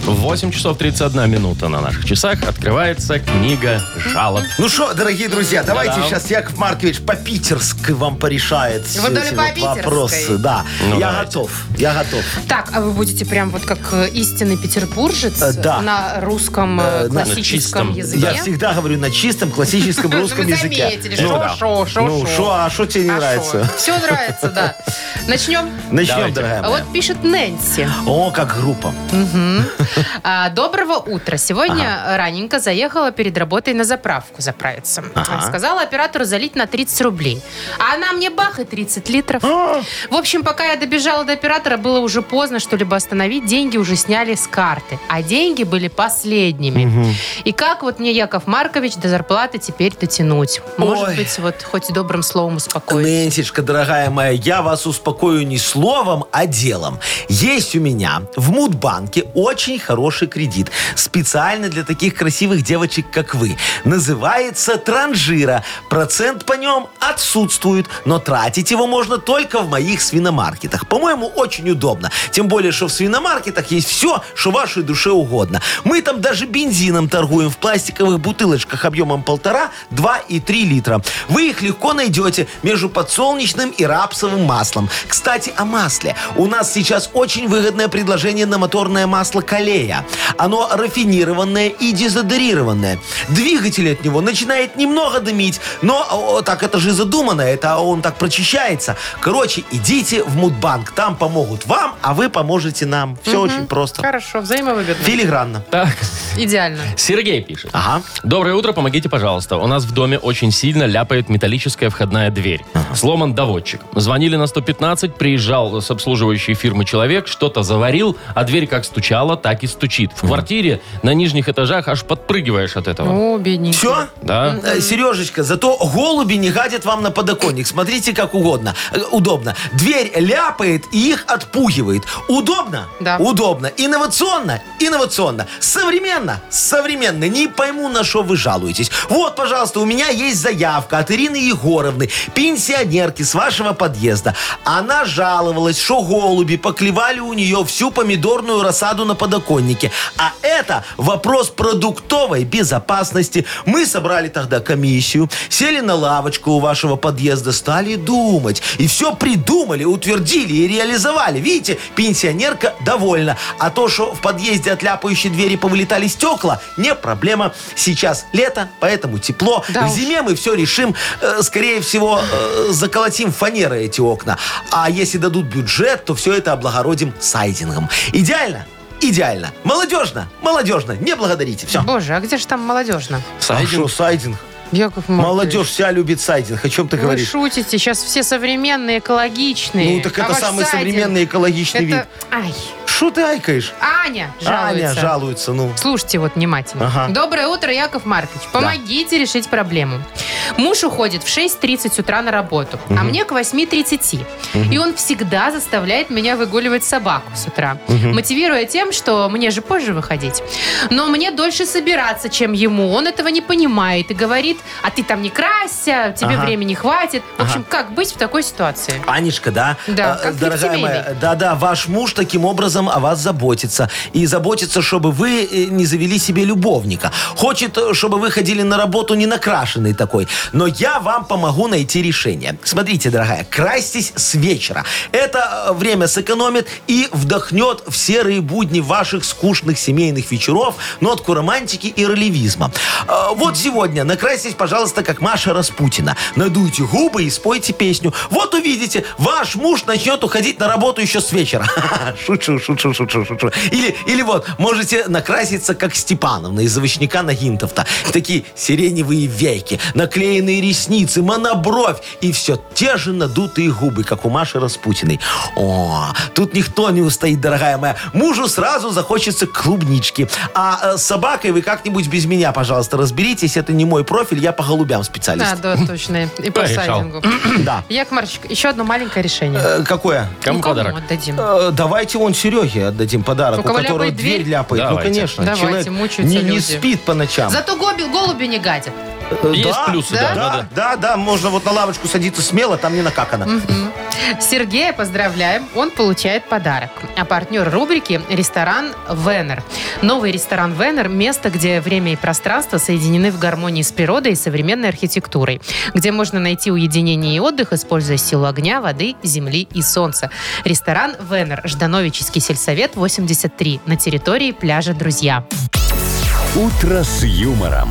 S2: 8 часов 31 минута на наших часах открывается книга жалоб.
S4: Ну что, дорогие друзья, давайте
S2: Да-да.
S4: сейчас Яков Маркович по-питерски вам порешает все
S3: Вы дали
S4: эти
S3: по-питерски?
S4: вот вопросы. Да,
S2: Ну,
S4: я
S2: давайте.
S4: готов, я готов.
S3: Так, а вы будете прям вот как э, истинный петербуржец
S4: Э, да.
S3: на русском э,
S4: Э, на-
S3: классическом
S2: на чистом,
S3: языке?
S4: Я всегда говорю на чистом классическом
S3: Ну, Вы
S4: русском языке.
S3: заметили,
S4: Ну,
S3: шо,
S4: да.
S3: шо, шо,
S4: Ну,
S3: шо.
S4: шо, а что тебе не нравится?
S3: Все нравится, да. Начнем.
S4: Начнем,
S2: Давайте.
S4: дорогая
S3: А
S4: моя.
S3: Вот пишет Нэнси.
S4: О, как группа.
S3: А, Доброго утра. Сегодня раненько заехала перед работой на заправку заправиться. Э, Сказала оператору залить на 30 рублей. А она мне бах и 30 литров.
S4: А!
S3: В общем, пока я добежала до оператора, было уже поздно что-либо остановить. Деньги уже сняли с карты. А деньги были последними. И как вот мне, Яков Маркович, до зарплаты теперь дотянуть? Может
S4: Ой.
S3: быть, вот хоть добрым словом успокоить.
S4: Нэнсичка, дорогая моя, я вас успокою не словом, а делом. Есть у меня в Мудбанке очень хороший кредит. Специально для таких красивых девочек, как вы. Называется транжира. Процент по нем отсутствует, но тратить его можно только в моих свиномаркетах. По-моему, очень удобно. Тем более, что в свиномаркетах есть все, что вашей душе угодно. Мы там даже бензином торгуем в пластиковых бутылочках объемом полтора, 2 и 3 литра. Вы их легко найдете между подсолнечным и рапсовым маслом. Кстати, о масле. У нас сейчас очень выгодное предложение на моторное масло «Калея». Оно рафинированное и дезодорированное. Двигатель от него начинает немного дымить, но о, так это же задумано, это он так прочищается. Короче, идите в Мудбанк, там помогут вам, а вы поможете нам. Все очень просто.
S3: Хорошо, взаимовыгодно.
S4: Филигранно.
S2: Так,
S3: Идеально.
S2: Сергей пишет.
S4: Ага.
S2: Доброе утро, помогите, пожалуйста. У нас в доме очень сильно ляпает металлическая входная дверь. Сломан доводчик. Звонили на 115, приезжал с обслуживающей фирмы человек, что-то заварил, а дверь как стучала, так и стучит. В квартире на нижних этажах аж подпрыгиваешь от этого.
S3: О, бедненький.
S4: Все?
S2: Да?
S4: Э, Сережечка, зато голуби не гадят вам на подоконник. Смотрите, как угодно. Э, Удобно. Дверь ляпает и их отпугивает. Удобно?
S3: Да.
S4: Удобно. Инновационно? Инновационно. Современно? Современно. Не пойму, на что вы жалуетесь. Вот, пожалуйста, у меня есть заявка от Ирины Егоровны, пенсионерки с вашего подъезда. Она жаловалась, что голуби поклевали у нее всю помидорную рассаду на подоконнике. А это вопрос продуктовой безопасности. Мы собрали тогда комиссию, сели на лавочку у вашего подъезда, стали думать. И все придумали, утвердили и реализовали. Видите, пенсионерка довольна. А то, что в подъезде от ляпающей двери повылетали стекла, не проблема. Сейчас лето, поэтому тепло.
S3: Да
S4: в
S3: уж.
S4: зиме мы все решим. Э, Скорее всего, э, заколотим фанерой эти окна. А если дадут бюджет, то все это облагородим сайдингом. Идеально? Идеально. Молодежно? Молодежно. Не благодарите. Все.
S3: Боже, а где же там молодежно?
S2: Сайдинг.
S4: сайдинг?
S3: Яков Маркович.
S4: Молодежь вся любит сайдинг. О чем ты
S3: Вы
S4: говоришь?
S3: шутите, сейчас все современные, экологичные.
S4: Ну, так
S3: А
S4: это
S3: ваш
S4: самый
S3: сайдинг-
S4: современный экологичный вид.
S3: Это... Ай,
S4: Что ты айкаешь?
S3: Аня жалуется.
S4: Аня жалуется, ну.
S3: Слушайте вот внимательно.
S4: Ага.
S3: Доброе утро, Яков Маркович. Помогите решить проблему. Муж уходит в 6.30 с утра на работу, а мне к 8.30. И он всегда заставляет меня выгуливать собаку с утра, мотивируя тем, что мне же позже выходить. Но мне дольше собираться, чем ему. Он этого не понимает и говорит, а ты там не красься, тебе
S4: Ага.
S3: времени хватит. В общем, как быть в такой ситуации?
S4: Анечка, да?
S3: Да,
S4: Э,
S3: как
S4: Дорогая
S3: семейный.
S4: моя, да-да, ваш муж таким образом о вас заботится. И заботится, чтобы вы э, не завели себе любовника. Хочет, э, чтобы вы ходили на работу не накрашенный такой. Но я вам помогу найти решение. Смотрите, дорогая, красьтесь с вечера. Это э, время сэкономит и вдохнет в серые будни ваших скучных семейных вечеров нотку романтики и ролевизма. Э, Вот сегодня накрасьтесь, пожалуйста, как Маша Распутина. Надуйте губы и спойте песню. Вот увидите, ваш муж начнет уходить на работу еще с вечера. Шучу, шучу, шучу, шучу. Или, или вот, можете накраситься, как Степановна из овощника Нагинтов-то. Такие сиреневые веки, наклеенные ресницы, монобровь и все те же надутые губы, как у Маши Распутиной. О, тут никто не устоит, дорогая моя. Мужу сразу захочется клубнички. А э, с собакой вы как-нибудь без меня, пожалуйста, разберитесь. Это не мой профиль, я по голубям специалист.
S3: Надо, точно. И по
S2: Порешал.
S3: сайдингу.
S4: Да.
S3: Яков Маркович, еще одно маленькое решение.
S4: Э, Какое?
S2: Кому
S3: Ну,
S2: подарок?
S3: отдадим?
S4: Э, Давайте он Сереге отдадим подарок,
S3: У
S4: у,
S3: кого
S4: которого
S3: ляпает дверь?
S4: дверь ляпает.
S2: Давайте.
S4: Ну, конечно.
S3: Давайте,
S4: человек
S3: мучаются
S4: не, не
S3: люди.
S4: спит по ночам.
S3: Зато гоби, голуби не гадят.
S4: Э,
S2: Есть плюсы, да,
S4: Да,
S2: надо.
S4: да, да, можно вот на лавочку садиться смело, там не накакано.
S3: Сергея поздравляем, он получает подарок. А партнер рубрики – ресторан «Венер». Новый ресторан «Венер» – место, где время и пространство соединены в гармонии с природой и современной архитектурой, где можно найти уединение и отдых, используя силу огня, воды, земли и солнца. Ресторан «Венер», Ждановический сельсовет, 83, на территории пляжа «Друзья».
S1: «Утро с юмором»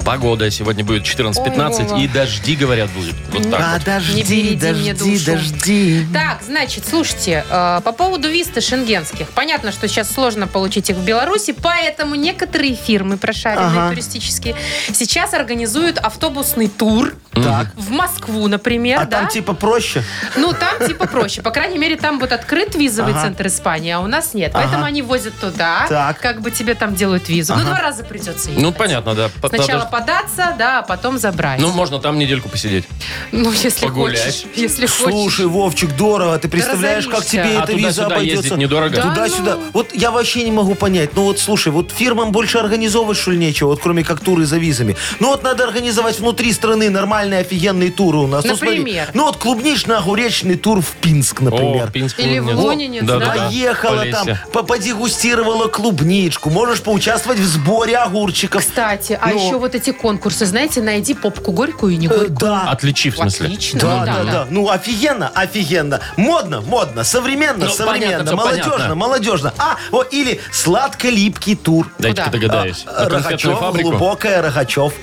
S2: Погода сегодня будет 14-15
S3: Ой,
S2: и дожди, говорят, будет. Вот так вот.
S3: Не береди
S4: Подожди,
S3: мне
S4: А, дожди,
S3: душу.
S4: дожди.
S3: Так, значит, слушайте, э, по поводу висты шенгенских. Понятно, что сейчас сложно получить их в Беларуси, поэтому некоторые фирмы прошаренные
S4: Ага.
S3: туристические сейчас организуют автобусный тур
S4: Так.
S3: в Москву, например,
S4: А
S3: да?
S4: там типа проще.
S3: Ну, там типа проще. По крайней мере, там вот открыт визовый
S4: Ага.
S3: центр Испании, а у нас нет. Поэтому
S4: Ага.
S3: они возят туда,
S4: Так.
S3: как бы тебе там делают визу. Ну,
S4: Ага.
S3: два раза придется ехать.
S2: Ну, понятно, да. Под-
S3: Сначала
S2: надо-
S3: податься, да, а потом забрать.
S2: Ну, можно там недельку посидеть.
S3: Ну, если
S2: погулять.
S3: хочешь. Если
S4: Слушай,
S3: хочешь.
S4: Вовчик, дорого. Ты представляешь, как
S3: разоришься.
S4: тебе
S2: А
S4: эта
S2: туда-сюда
S4: виза
S2: ездить
S4: обойдется?
S2: недорого? Да
S4: Туда-сюда.
S3: ну.
S4: Вот я вообще не могу понять. Ну вот, слушай, вот фирмам больше организовывать, что ли, нечего, вот кроме как туры за визами. Ну вот надо организовать внутри страны нормальные офигенные туры у нас. Ну, смотри.
S3: Например?
S4: Ну вот клубнично-огуречный тур в Пинск, например.
S2: О, Пинск,
S3: Или в
S2: Лунинец.
S3: Лунинец, да?
S2: Да-да-да,
S4: Поехала
S2: Полесье.
S4: там, по- подегустировала клубничку. Можешь поучаствовать в сборе огурчиков.
S3: Кстати, а
S4: Ну.
S3: еще вот эти конкурсы, знаете, найди попку горькую и не
S4: Э,
S3: горькую.
S4: Да.
S2: Отличи, в смысле.
S3: Отлично.
S4: Да,
S3: ну
S4: да, да, Ну, офигенно, офигенно. Модно, модно. Современно,
S2: Ну,
S4: современно.
S2: понятно, всё
S4: молодежно,
S2: понятно.
S4: молодежно. А, о, или сладко-липкий тур.
S2: Дайте-ка
S3: Куда? А,
S2: догадаюсь. На конфетную
S4: Рогачев,
S2: фабрику?
S4: глубокая Рогачев.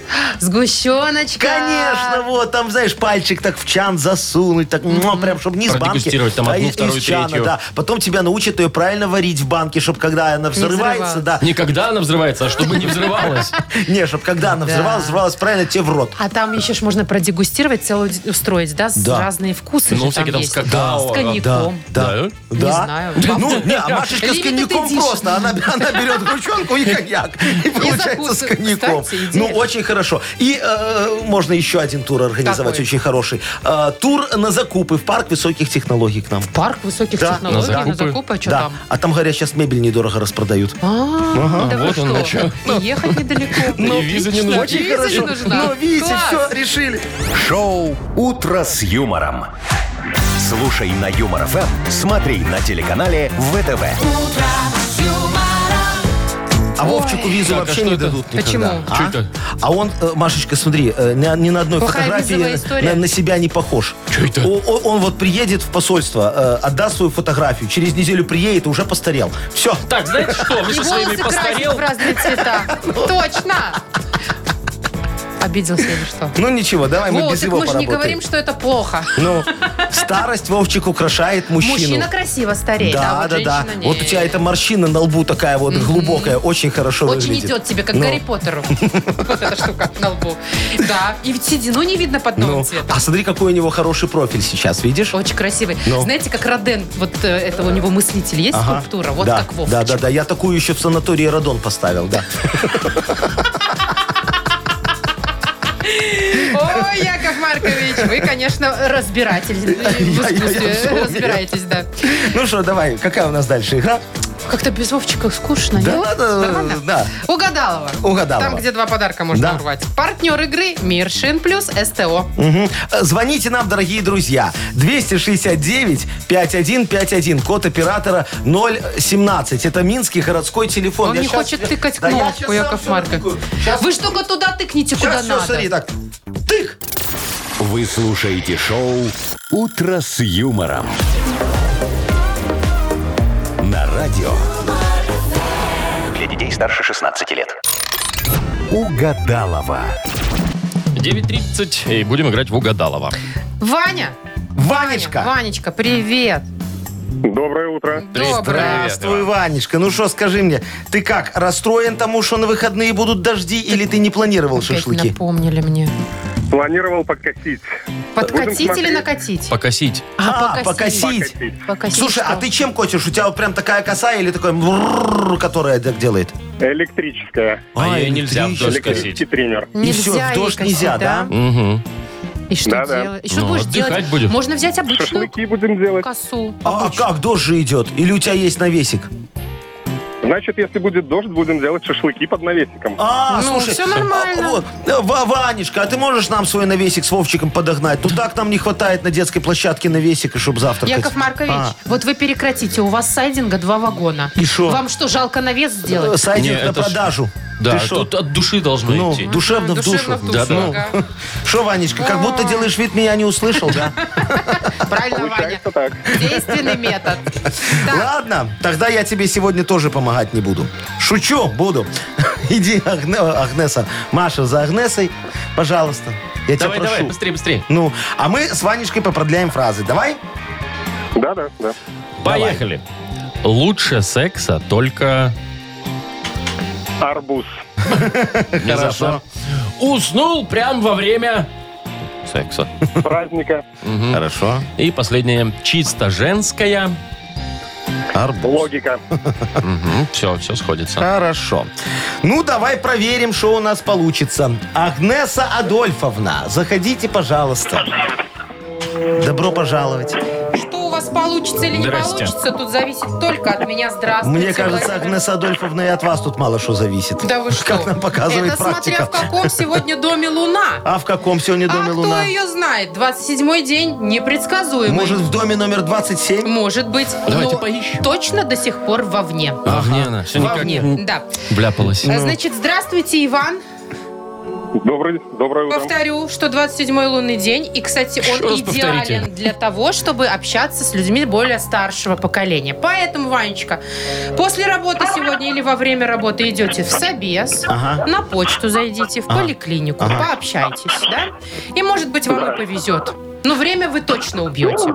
S3: Сгущеночка.
S4: Конечно, вот там, знаешь, пальчик так в чан засунуть, так, ну, прям, чтобы не с банки,
S2: Продегустировать там одну,
S4: из-
S2: вторую,
S4: из чана,
S2: третью.
S4: да. Потом тебя научат ее правильно варить в банке, чтобы когда она
S3: взрывалась.
S4: взрывается, да.
S2: Не когда она взрывается, а чтобы не взрывалась.
S4: Не, чтобы когда она взрывалась, взрывалась правильно тебе в рот.
S3: А там еще ж можно продегустировать, целую д- устроить, да? с-
S4: Да.
S3: Разные вкусы
S2: Ну,
S3: же
S2: всякие там
S3: есть.
S2: с какао,
S3: С коньяком.
S2: Да?
S4: Да.
S3: Не знаю.
S4: Ну, не, а Машечка с
S3: Лимит
S4: коньяком
S3: эдишн.
S4: просто. Она, она берет гущенку и коньяк. И получается с
S3: закусывает.
S4: коньяком.
S3: Кстати, идея.
S4: ну, очень хорошо. И э, можно еще один тур организовать,
S3: Какой?
S4: очень хороший. Э, тур на закупы в парк высоких технологий к нам.
S3: Парк высоких
S4: Да.
S2: На
S3: технологий, на
S2: закупы.
S3: закупы, а что
S4: да.
S3: там?
S4: А там, говорят, сейчас мебель недорого распродают.
S3: А, да вы
S2: Вот он на чё.
S3: что? И Ехать недалеко.
S2: Ну, виза не нужна.
S3: Очень хорошо.
S4: Ну, видите, все,
S3: Класс.
S4: решили.
S1: Шоу «Утро с юмором». Слушай на Юмор ФМ, смотри на телеканале ВТВ.
S4: А Вовчику визу
S2: Так, а
S4: вообще
S2: что
S4: не
S2: это?
S4: дадут никогда.
S3: Почему?
S4: А?
S2: Чё это?
S4: А он, э, Машечка, смотри, э, ни, ни на одной
S3: Плохая визовая
S4: фотографии
S3: история?
S4: на, на себя не похож.
S2: Чё это?
S4: О- о- он вот приедет в посольство, э, отдаст свою фотографию, через неделю приедет и уже постарел. Все.
S2: Так, знаете что? Вы
S3: И
S2: со своими
S3: волосы красить
S2: постарел.
S3: в разные цвета. Точно! Обиделся или что?
S4: Ну ничего, давай мы
S3: Вова,
S4: без
S3: так
S4: его
S3: мы же не
S4: поработаем.
S3: говорим, что это плохо.
S4: Ну, старость Вовчик украшает мужчину.
S3: Мужчина красиво стареет, а
S4: да,
S3: вот
S4: да, да.
S3: женщина
S4: Вот у
S3: нет.
S4: тебя эта морщина на лбу такая вот глубокая, очень хорошо
S3: Очень
S4: выглядит.
S3: идет тебе, как
S4: Ну.
S3: Гарри Поттеру. Вот эта штука на лбу. Да, и ведь седину не видно под новым
S4: Ну,
S3: цветом.
S4: а смотри, какой у него хороший профиль сейчас, видишь?
S3: Очень красивый.
S4: Ну.
S3: Знаете, как Роден, вот э, это у него мыслитель есть
S4: Ага.
S3: скульптура, вот
S4: да,
S3: как Вовчик.
S4: Да, да, да. Я такую еще в санатории Родон поставил, да.
S3: Ой, Яков Маркович, вы, конечно, разбиратель в
S4: Я- я- я всё
S3: искусстве.
S4: умею.
S3: Разбираетесь, да.
S4: Ну что, давай, какая у нас дальше игра?
S3: Как-то без Вовчика скучно,
S4: Да
S3: нет?
S4: ладно,
S3: Нормально?
S4: да.
S3: Угадалова.
S4: Угадалова.
S3: Там, где два подарка можно
S4: Да.
S3: урвать. Партнер игры «Мир Шин плюс СТО».
S4: Мгм. Э, Звоните нам, дорогие друзья. 269-5151, код оператора 017. Это Минский городской телефон.
S3: Он
S4: Я
S3: не
S4: щас
S3: хочет
S4: тебе-
S3: тыкать
S4: Да я
S3: кнопку,
S4: щас сам
S3: Яков
S4: всё
S3: Маркович.
S4: натыкаю. Щас-
S3: Вы ж только туда тыкните,
S4: щас
S3: куда
S4: всё,
S3: надо.
S4: смотри, так. Тык!
S1: Вы слушаете шоу «Утро с юмором». На радио
S6: Для детей старше 16 лет.
S1: «Угадалова».
S2: 9.30, и будем играть в Угадалова.
S3: Ваня,
S4: Ванечка!
S3: Ванечка, привет.
S8: Доброе утро.
S2: Привет.
S3: Доброе.
S4: Здравствуй, Ванечка. Ну что, скажи мне, ты как, расстроен тому, что на выходные будут дожди, или ты не планировал
S3: Опять
S4: шашлыки?
S3: напомнили мне.
S5: Планировал подкатить.
S3: Подкатить или
S5: смотреть.
S3: накатить?
S2: Покосить.
S4: А, покосить.
S3: Покосить
S4: Слушай, а
S3: что?
S4: ты чем котишь? У тебя вот прям такая коса или такой мрррр, которая так делает?
S5: Электрическая.
S2: А, ее нельзя в
S4: электрическая.
S2: дождь косить.
S5: тренер.
S4: И всё,
S3: Нельзя
S4: в
S3: ей
S4: дождь
S3: косить,
S4: нельзя, да?
S2: Мгм.
S3: И что
S5: Да-да.
S3: делать? И что
S2: Ну,
S3: будешь
S2: отдыхать
S3: делать?
S2: будет.
S3: Можно взять обычную
S5: будем делать.
S3: косу.
S4: А,
S3: Обычную.
S4: как, дождь же идет? Или у тебя есть навесик?
S5: Значит, если будет дождь, будем делать шашлыки под навесиком.
S4: А,
S3: Ну,
S4: слушай.
S3: всё нормально.
S4: а, вот, э, Ва- Ванечка, а ты можешь нам свой навесик с Вовчиком подогнать? Ну так нам не хватает на детской площадке навесика, чтобы завтракать.
S3: Яков Маркович,
S4: А.
S3: вот вы прекратите, у вас сайдинга два вагона.
S4: И шо?
S3: Вам что, жалко навес
S4: Э,
S3: сделать?
S4: Сайдинг
S2: Не,
S4: на
S2: это ж-
S4: продажу.
S2: Да, а
S4: Ты шо?
S2: тут от души должно
S4: Ну,
S2: идти.
S4: душевно, в душу.
S3: Душевно в душу,
S2: Да-да.
S3: ага.
S4: Что, Ванечка, как будто делаешь вид, меня не услышал, да?
S3: Правильно, Ваня.
S5: Получается так.
S3: Действенный метод. Так,
S4: Ладно, тогда я тебе сегодня тоже помогать не буду. Шучу, буду. Иди, Агне- Агнеса. Маша, за Агнесой, пожалуйста.
S2: Давай,
S4: Я тебя
S2: давай,
S4: прошу.
S2: быстрее, быстрее.
S4: Ну, а мы с Ванечкой попродляем фразы. Давай?
S5: Да, да, да.
S2: Поехали. Лучше секса только...
S5: Арбуз.
S2: Внезапно. Уснул прямо во время секса.
S5: Праздника.
S4: Хорошо.
S2: И последнее. Чисто женская.
S4: Арбуз.
S5: Логика.
S2: Все, все сходится.
S4: Хорошо. Ну, давай проверим, что у нас получится. Агнеса Адольфовна, заходите, пожалуйста. Добро пожаловать.
S3: Что у вас получится или не
S2: Здрасте.
S3: получится, тут зависит только от меня. Здравствуйте.
S4: Мне кажется,
S3: Владимир.
S4: Агнеса Адольфовна и от вас тут мало что зависит.
S3: Да вы что?
S4: Как нам показывает
S3: Это
S4: практика.
S3: смотря в каком сегодня доме луна.
S4: А в каком сегодня доме
S3: а
S4: Луна?
S3: кто ее знает? 27-й день непредсказуемый.
S4: Может, в доме номер 27?
S3: Может быть.
S2: Давайте
S3: но
S2: поищем.
S3: Точно до сих пор вовне.
S2: Вовне она. Все никак
S3: Вовне,
S2: не
S3: да.
S2: вляпалась.
S4: Ну.
S3: А, Значит, здравствуйте, Иван.
S5: Добрый, доброе утро.
S3: Повторю, что 27-й лунный день. И, кстати, он
S2: Еще раз
S3: идеален
S2: повторите.
S3: для того, чтобы общаться с людьми более старшего поколения. Поэтому, Ванечка, после работы сегодня или во время работы идете в собес,
S4: Ага.
S3: на почту зайдите, в
S4: Ага.
S3: поликлинику,
S4: Ага.
S3: пообщайтесь, да? И, может быть, вам и повезет. Но время вы точно убьете.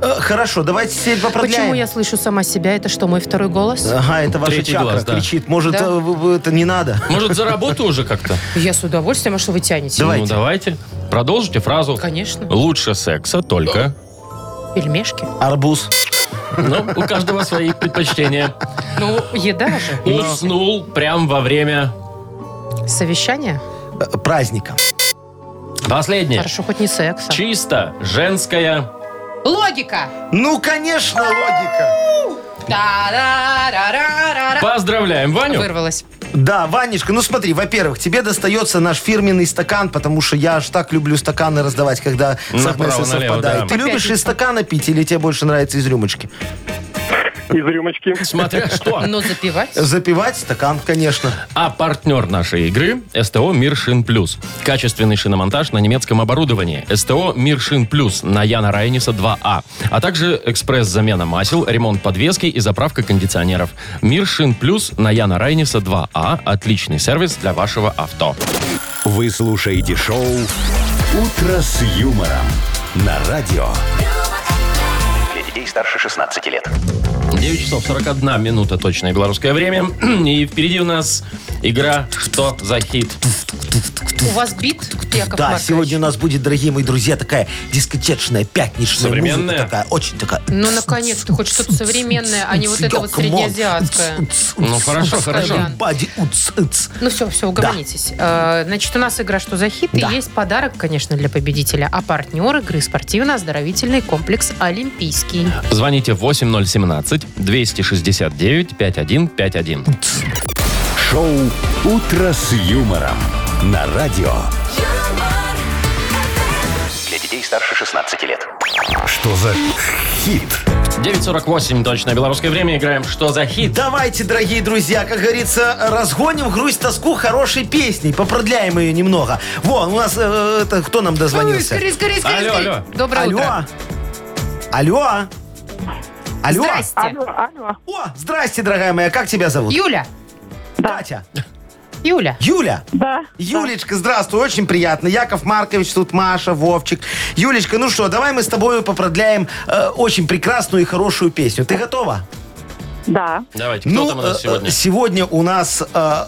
S4: Э, хорошо, давайте теперь попродляем.
S3: Почему я слышу сама себя? Это что, мой второй голос?
S4: Ага, это ваша
S2: Третий
S4: чакра
S2: глаз, да.
S4: кричит. Может,
S3: Да.
S4: э, вы- вы- это не надо?
S2: Ну, Может, за работу уже как-то?
S3: Я с удовольствием, а что вы тянете?
S4: Давайте.
S2: Ну, давайте. Продолжите фразу.
S3: Конечно.
S2: Лучше секса только.
S3: Пельмешки.
S4: Арбуз.
S2: Ну, у каждого свои предпочтения.
S3: Ну, еда же.
S2: Уснул прямо во время
S3: Совещание?
S4: Э, Праздника.
S2: Последнее.
S3: Хорошо, хоть не секса.
S2: Чисто женская.
S3: Логика.
S4: Ну, конечно, логика.
S3: Та-да-ра-ра-ра-ра.
S2: Поздравляем Ваню.
S3: Вырвалась.
S4: Да, Ванечка, ну смотри, во-первых, тебе достается наш фирменный стакан, потому что я аж так люблю стаканы раздавать, когда с
S2: Направо,
S4: Агнесой
S2: налево,
S4: совпадает.
S2: да.
S4: Ты
S3: По
S4: любишь из
S3: пятницам.
S4: стакана пить или тебе больше нравится из рюмочки?
S5: Из рюмочки.
S2: Смотря что.
S3: Но Ну, запивать?
S4: Запивать стакан, конечно.
S2: А партнер нашей игры – СТО «Мир Шин Плюс». Качественный шиномонтаж на немецком оборудовании. СТО «Мир Шин Плюс» на Яна Райниса 2А. А также экспресс-замена масел, ремонт подвески и заправка кондиционеров. «Мир Шин Плюс» на Яна Райниса 2А. Отличный сервис для вашего авто.
S1: Вы слушаете шоу «Утро с юмором» на радио.
S6: Для детей старше 16 лет.
S2: 9 часов 41 минута точное белорусское время. И впереди у нас игра «Что за хит?».
S3: У вас бит, Яков
S4: Да,
S3: Маркович?
S4: сегодня у нас будет, дорогие мои друзья, такая дискотечная, пятничная
S2: Современная?
S4: музыка такая, очень такая.
S3: Ну, наконец-то, хоть что-то современное, а не вот это вот
S4: Yo, come on.
S3: среднеазиатское.
S2: Ну, хорошо, хорошо.
S3: Колян.
S4: Бади, уц, уц.
S3: Ну все, все, угомонитесь. Э, Значит, у нас игра «Что за хит?»
S4: Да.
S3: И есть подарок, конечно, для победителя. А партнер игры спортивно-оздоровительный комплекс «Олимпийский».
S4: Э,
S2: Звоните 8017-269-5151.
S1: Шоу «Утро с юмором» на радио.
S6: Для детей старше 16 лет.
S1: Что за хит?
S2: 9.48 точное белорусское время. Играем «Что за хит?».
S4: Давайте, дорогие друзья, как говорится, разгоним грусть, тоску хорошей песней. Попродляем ее немного. Вон, у нас, э, это, кто нам
S3: Ой,
S4: дозвонился?
S3: скорее, скорее, скорее,
S2: Алло,
S3: скорее.
S2: алло.
S3: Доброе утро.
S4: Алло. Алло. Алло.
S3: Здрасте.
S7: Алло, алло.
S4: О, здрасте, дорогая моя, как тебя зовут?
S3: Юля,
S4: Катя.
S3: Юля.
S4: Юля.
S7: Да.
S4: Юлечка, здравствуй, очень приятно. Яков Маркович, тут Маша, Вовчик. Юлечка, ну что, давай мы с тобой попродляем э, очень прекрасную и хорошую песню. Ты готова?
S7: Да.
S2: Давайте, кто там у нас
S4: э,
S2: сегодня?
S4: э, сегодня у нас э,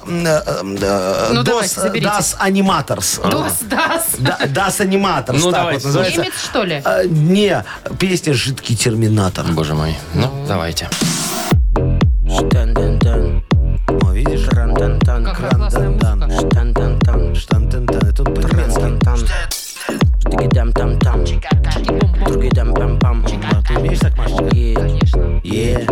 S3: Ну, давайте, заберите.
S4: DOS Animators.
S3: Дос, дас.
S4: Да, DOS Animators.
S2: Ну,
S4: так
S2: давайте,
S4: вот называется.
S3: Немец, что ли?
S4: Э, не, песня «Жидкий терминатор».
S2: Боже мой. Ну, давайте.
S9: Штан-тан-тан. О, видишь? Ран-тан-тан.
S3: Какая классная
S4: Кран-дан-дан.
S3: музыка.
S9: Штан-тан-тан.
S4: Штан-тан-тан, это по-немецки.
S9: Ран-тан-тан. Штыки-дам-там-там. Турки-дам-пам-пам.
S4: А, Ты умеешь так, Машечка?
S9: И
S4: Е.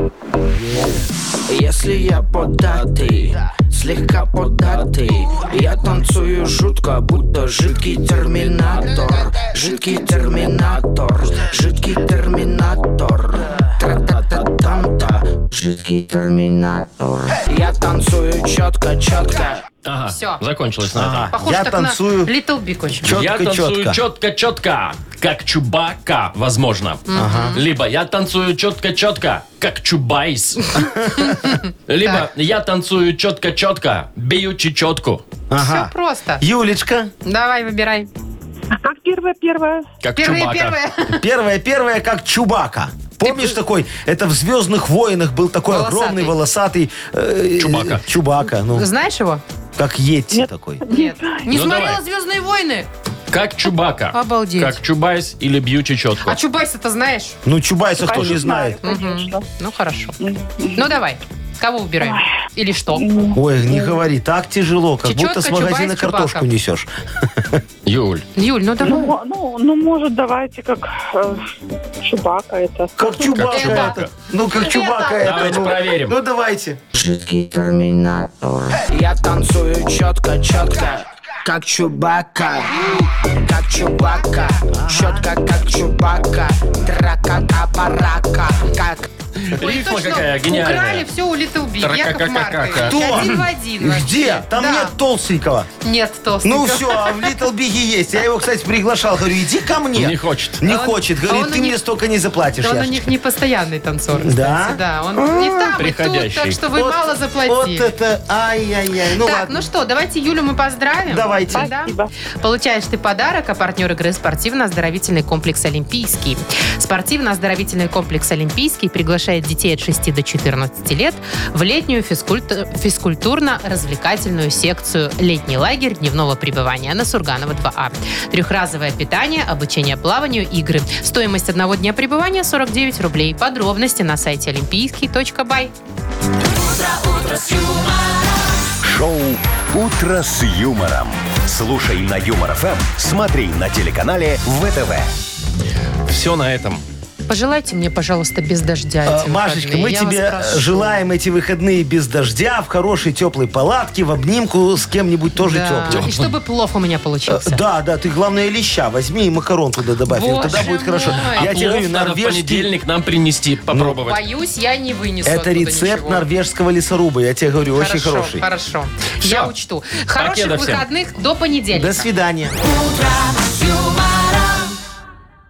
S9: Если я податый, слегка податый Я танцую жутко, будто жидкий терминатор Жидкий терминатор, жидкий терминатор Тра-та-та-там-та, жидкий терминатор Я танцую четко, четко
S2: Ага,
S3: Всё.
S2: закончилось на этом.
S3: Похоже
S4: Я
S3: так на
S4: танцую.
S3: Little Big очень.
S4: Чё?
S2: я
S4: Чётко,
S2: танцую
S4: чётко.
S2: четко, четко, как Чубака, возможно. Либо я танцую четко, четко, как Чубайс. Либо я танцую четко, четко, бью чечетку,
S3: Все
S4: Ага.
S3: просто.
S4: Юлечка,
S3: Давай, выбирай.
S7: А Как первое-первое?
S2: как
S3: Первые,
S2: Чубака.
S3: первые.
S4: первая-первая, как Чубака. Помнишь такой? Это в «Звездных войнах» был такой
S3: Волосатый.
S4: огромный волосатый... э,
S2: Чубака.
S4: Чубака, ну,
S3: Знаешь его?
S4: как Йети такой.
S3: Нет. Не
S2: Ну,
S3: смотрела
S2: давай.
S3: «Звездные войны».
S2: Как Чубака.
S3: Обалдеть.
S2: Как Чубайс или бью чечетку.
S3: А Чубайса-то знаешь?
S4: Ну, Чубайса кто не
S7: Конечно,
S4: знает.
S7: Конечно.
S3: Ну, хорошо. Ну, давай. Кого выбираем? Или что?
S4: Ой, не говори, так тяжело, как
S3: Чечетка,
S4: будто с магазина
S3: Чубайс,
S4: картошку
S3: Чубака.
S4: несешь.
S2: Юль,
S3: Юль, ну давай.
S7: Ну, ну, ну, может, давайте как э, Чубака это.
S4: Как Чубака.
S3: Чубака.
S4: это. Ну, как
S3: Это.
S4: Чубака это.
S2: Давайте
S4: ну.
S2: проверим.
S4: Ну, давайте.
S9: Жидкий терминатор Я танцую четко, четко Как Чубака Как Чубака Четко, как Чубака Трака-та-барака Как
S2: Ну, рифма
S3: Точно
S2: какая гениальная.
S3: Украли все у Little Big. Яков
S2: Тракакакака.
S3: Маркович.
S4: Кто?
S3: Один в один. вообще.
S4: Где? Там
S3: Да.
S4: нет толстенького.
S3: Нет толстенького.
S4: Ну все, а в Литл Биге есть. Я его, кстати, приглашал. Говорю, иди ко мне.
S2: Не хочет.
S4: Не
S3: А он-
S4: хочет.
S3: а
S4: Говорит,
S3: он у
S4: ты
S3: них-
S4: мне столько не заплатишь,
S3: Да он у
S4: Яшечка.
S3: них не постоянный танцор,
S4: Да?
S3: кстати, Да, он не там и тут,
S2: Приходящий.
S3: так что вы
S4: Вот-
S3: мало
S4: Вот
S3: заплатили.
S4: это, ай-яй-яй. Ну
S3: Так, ну
S4: ладно.
S3: что, давайте Юлю мы поздравим.
S4: Давайте.
S3: Да? Получаешь ты подарок, а партнер игры спортивно-оздоровительный комплекс «Олимпийский». Спортивно-оздоровительный комплекс «Олимпийский» приглашает детей от 6 до 14 лет в летнюю физкульт- физкультурно-развлекательную секцию «Летний лагерь дневного пребывания» на Сурганова 2А. Трехразовое питание, обучение плаванию, игры. Стоимость одного дня пребывания 49 рублей. Подробности на сайте олимпийский.бай.
S1: Шоу «Утро с юмором». Слушай на Юмор ФМ, смотри на телеканале ВТВ.
S2: все на этом.
S3: Пожелайте мне, пожалуйста, без дождя.
S4: Э,
S3: эти
S4: Машечка,
S3: выходные.
S4: мы
S3: Я вас
S4: тебе
S3: прошу.
S4: желаем эти выходные без дождя, в хорошей теплой палатке, в обнимку с кем-нибудь тоже
S3: Да.
S4: теплым.
S3: И чтобы плов у меня
S4: Э,
S3: получился.
S4: Да, да, ты главное леща возьми и макарон туда добавь,
S3: Боже
S4: вот тогда будет хорошо.
S3: мой.
S2: А
S4: Я тебе
S2: плов
S4: говорю,
S2: надо в
S4: норвежский
S2: понедельник нам принести, попробовать.
S3: Боюсь, я не вынесу
S4: Это
S3: оттуда
S4: рецепт
S3: ничего.
S4: норвежского лесоруба, я тебе говорю, очень
S3: Хорошо,
S4: хороший.
S3: Хорошо,
S2: Всё.
S3: я учту. Хороших
S2: Покеда всем.
S3: выходных до понедельника.
S4: До свидания.
S9: Утро